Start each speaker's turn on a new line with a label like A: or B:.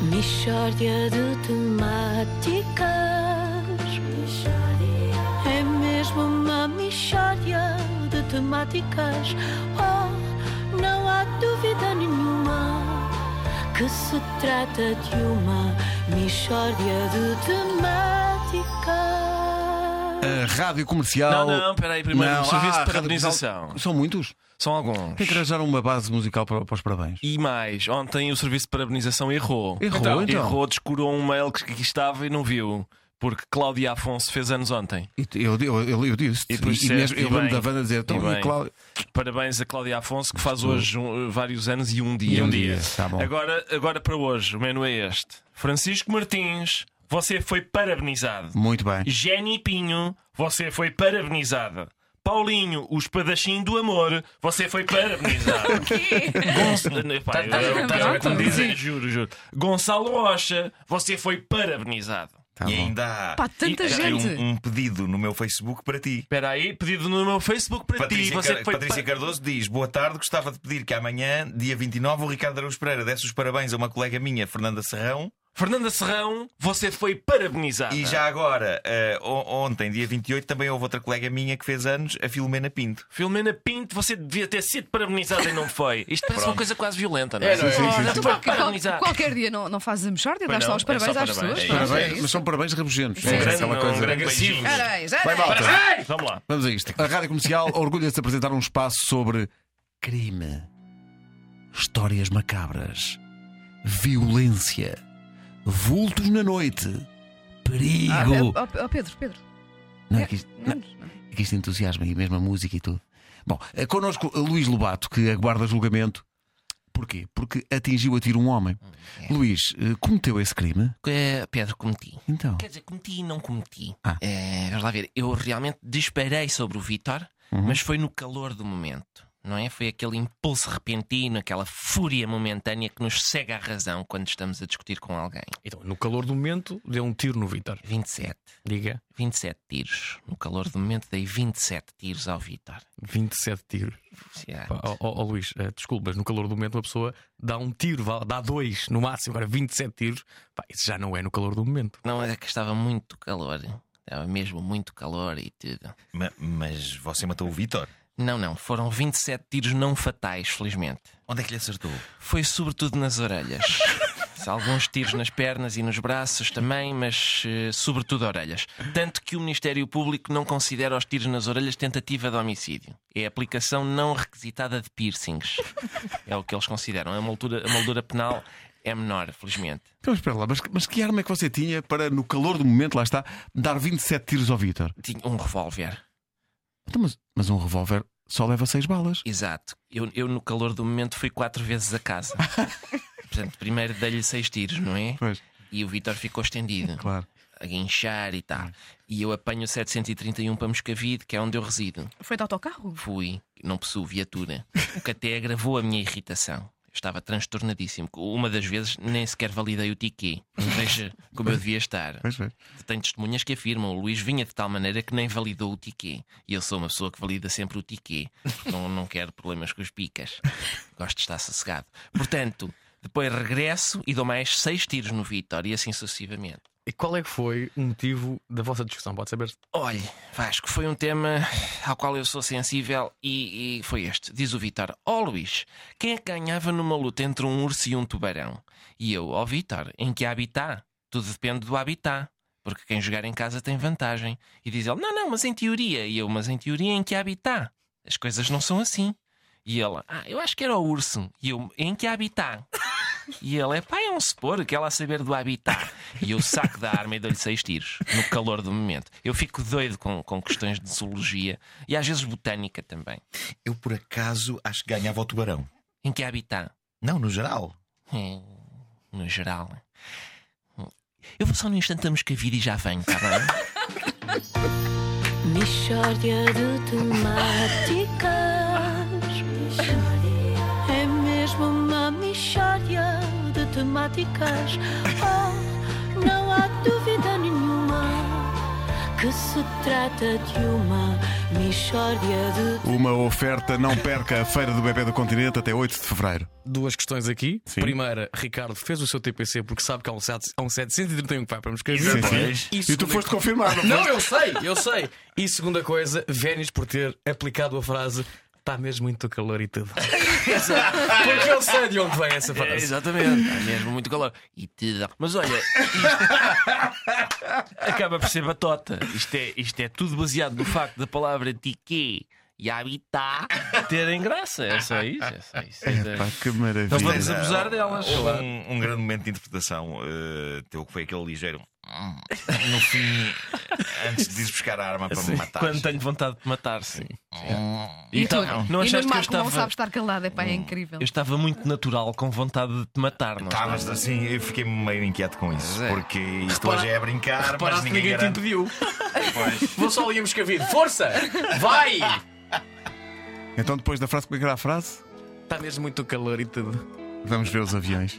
A: Mistória de temáticas. É mesmo uma mistória de temáticas. Oh, não há dúvida nenhuma que se trata de uma mistória de temáticas.
B: A rádio comercial.
C: Não, não, peraí, primeiro, um serviço de
B: a rádio
C: parabenização.
B: comercial- São muitos. é
C: São alguns.
B: Que arranjaram uma base musical para, para os parabéns.
C: E mais, ontem o serviço de parabenização errou.
B: Errou, então?
C: Errou, descurou um mail que aqui estava e não viu. Porque Cláudia Afonso fez anos ontem.
B: E Eu, eu, eu, eu disse.
C: E tu disseste,
B: mesmo-
C: e
B: eu lembro
C: bem,
B: da Wanda dizer. Então,
C: e bem.
B: e Cláudio-
C: Parabéns a Cláudia Afonso, que faz hoje um- vários anos e um dia.
B: E um dia, tá bom.
C: Agora, agora para hoje, o menu é este: Francisco Martins, você foi parabenizado.
B: Muito bem.
C: Jenny Pinho, você foi parabenizada. Paulinho, o espadachim do amor, você foi parabenizado. o quê?
B: tá
C: dizer, juro, juro. Gonçalo Rocha, você foi parabenizado.
B: Tá
D: E
B: bom.
D: ainda há
E: Pá, tanta
D: já tem
E: gente.
D: Um, um pedido no meu Facebook para ti.
C: Espera aí, pedido no meu Facebook para ti.
D: Patrícia,
C: Você
D: Car-
C: foi
D: Patrícia
C: pa-
D: Cardoso diz: Boa tarde, gostava de pedir que amanhã, dia 29, o Ricardo Araújo Pereira desse os parabéns a uma colega minha, Fernanda Serrão.
C: Fernanda Serrão, você foi parabenizada.
D: E já agora, eh, on- ontem, dia 28, também houve outra colega minha que fez anos, a Filomena Pinto.
C: Filomena Pinto, você devia ter sido parabenizada e não foi. Isto parece uma coisa quase violenta, não é?
B: É, não é? Sim, sim,
C: Ora,
B: sim.
C: foi
E: Qual- qual-
C: parabenizada.
E: qualquer dia não, não fazes a mexórdia,
C: Pois
E: dás só
C: não,
E: os
C: é
E: parabéns
C: só
E: às
C: parabéns.
E: pessoas.
C: É
E: pronto,
B: Parabéns,
E: isso.
B: mas são parabéns rabugentos.
E: Sim.
B: É
C: Grande,
B: aquela
C: um
B: coisa.
C: grande beijinho.
E: Parabéns,
B: Vai,
E: parabéns.
B: malta.
C: Vamos lá.
B: Vamos a isto. A Rádio Comercial orgulha-se de apresentar um espaço sobre crime, histórias macabras, violência, vultos na noite,
E: Ah,
B: perigo.
E: oh, oh, oh, Pedro, Pedro.
B: Não, é que isto, não,
E: Menos, não.
B: é que isto entusiasma e mesmo a música e tudo. Bom, eh, connosco eh, Luís Lobato, que aguarda julgamento. Porquê? Porque atingiu a tiro um homem.
C: Hum, é.
B: Luís, eh, cometeu esse crime?
F: Eh, Pedro, cometi.
B: Então.
F: Quer dizer, cometi e não cometi.
B: Ah.
F: Eh, vamos lá ver, eu realmente disparei sobre o Vitor, mas foi no calor do momento. Não é? Foi aquele impulso repentino, aquela fúria momentânea que nos cega a razão quando estamos a discutir com alguém.
G: Então, no calor do momento, deu um tiro no Vitor.
F: 27.
G: Diga,
F: 27 tiros. No calor do momento, dei 27 tiros ao Vitor. "Ah,
G: 27 tiros. Pá, ó, ó, ó, Luís, eh, desculpe, mas no calor do momento, uma pessoa dá um tiro, vá- dá dois no máximo, agora 27 tiros. Pá, isso já não é no calor do momento.
F: Não é que estava muito calor. Estava mesmo muito calor e tudo.
D: Ma- mas você matou o Vítor?
F: Não, não. Foram 27 tiros não fatais, felizmente.
D: Onde é que lhe acertou?
F: Foi sobretudo nas orelhas. Alguns tiros nas pernas e nos braços também, mas eh, sobretudo orelhas. Tanto que o Ministério Público não considera os tiros nas orelhas tentativa de homicídio. É a aplicação não requisitada de piercings. É o que eles consideram. A moldura, a moldura penal é menor, felizmente.
B: Então, espera lá, mas, mas que arma é que você tinha para, no calor do momento, lá está, dar 27 tiros ao Vítor?
F: Tinha um revólver.
B: Então, mas, mas um revólver só leva seis balas.
F: Exato. Eu, eu, no calor do momento, fui quatro vezes a casa. Portanto, primeiro dei-lhe seis tiros, não é?
B: Pois,
F: E o Vitor ficou estendido.
B: claro.
F: a guinchar e tal. E eu apanho o 731 para Moscavide, que é onde eu resido.
E: Foi de autocarro?
F: Fui, não possuo viatura, o que até agravou a minha irritação. Eu Estava transtornadíssimo. Uma das vezes nem sequer validei o tiquê. Veja como eu devia estar.
B: Pois, pois.
F: Tenho testemunhas que afirmam o Luís vinha de tal maneira que nem validou o tiquê. E eu sou uma pessoa que valida sempre o tiquê. Não, não quero problemas com os picas. Gosto de estar sossegado. Portanto, depois regresso e dou mais seis tiros no Vitor e assim sucessivamente.
G: E qual é que foi o motivo da vossa discussão? Pode saber?
F: Olhe, Vasco, foi um tema ao qual eu sou sensível e, e foi este. Diz o Vitor: Ó Luís, quem é que ganhava numa luta entre um urso e um tubarão? E eu: Ó Vitor, em que habitat? Tudo depende do habitat. Porque quem jogar em casa tem vantagem. E diz ele: Não, não, mas em teoria. E eu: Mas em teoria, em que habitat? As coisas não são assim. E ela: Ah, eu acho que era o urso. E eu: Em que habitat? E ele é pá, é um supor que ela a saber do habitat. E eu saco da arma e dou-lhe seis tiros, no calor do momento. Eu fico doido com, com questões de zoologia e às vezes botânica também.
D: Eu, por acaso, acho que ganhava o tubarão.
F: Em que habitat?
D: Não, no geral.
F: Hum, No geral. Eu vou só no instante a moscavida e já venho, tá bem?
A: Mistória de temáticas. É mesmo uma mistória de temáticas. Oh, não há dúvida nenhuma que se trata de uma mistória de
B: Uma oferta, não perca a Feira do Bebê do Continente até 8 de Fevereiro.
G: Duas questões aqui.
B: Sim.
G: Primeira, Ricardo fez o seu TPC porque sabe que há um, 7, há um 731 que vai para Moscavide.
B: Sim, sim.
G: E
B: E tu
G: segunda
B: foste confirmar, não
G: Não,
B: foste?
G: eu sei, eu sei. E segunda coisa, Vénis por ter aplicado a frase está mesmo muito calor e tudo. Porque eu sei de onde vem essa
C: É,
G: frase.
C: exatamente, é mesmo muito calor. E te dá. Mas olha, isto- acaba por ser batota. Isto é, isto é tudo baseado no facto da palavra tiquê e habitar terem graça. É só isso. É só isso.
B: Pá, que
C: Nós
B: maravilha.
C: vamos abusar delas.
D: Houve um, um grande momento de interpretação eh, teu que foi aquele ligeiro "Hum." no fim, antes de ir buscar a arma para me matar.
C: Quando tenho vontade de matar, sim.
E: E tu,
C: Então, Não
E: e
C: achaste
E: Nuno
C: que eu
E: Marco não
C: estava. Hum.
E: sabe estar calado, é pá, é incrível.
C: Eu estava muito natural com vontade de te matar, não é?
D: Tá,
C: estava?
D: mas assim, eu fiquei meio inquieto com isso,
C: Pois é.
D: porque isto hoje é a brincar, mas
G: Paraste,
D: ninguém,
G: ninguém te
D: garante.
G: impediu. Vou só ali a Moscavide. Força! Vai!
B: Então, depois da frase, como é que era a frase?
G: Está mesmo muito Tá calor e tudo.
B: Vamos ver os aviões.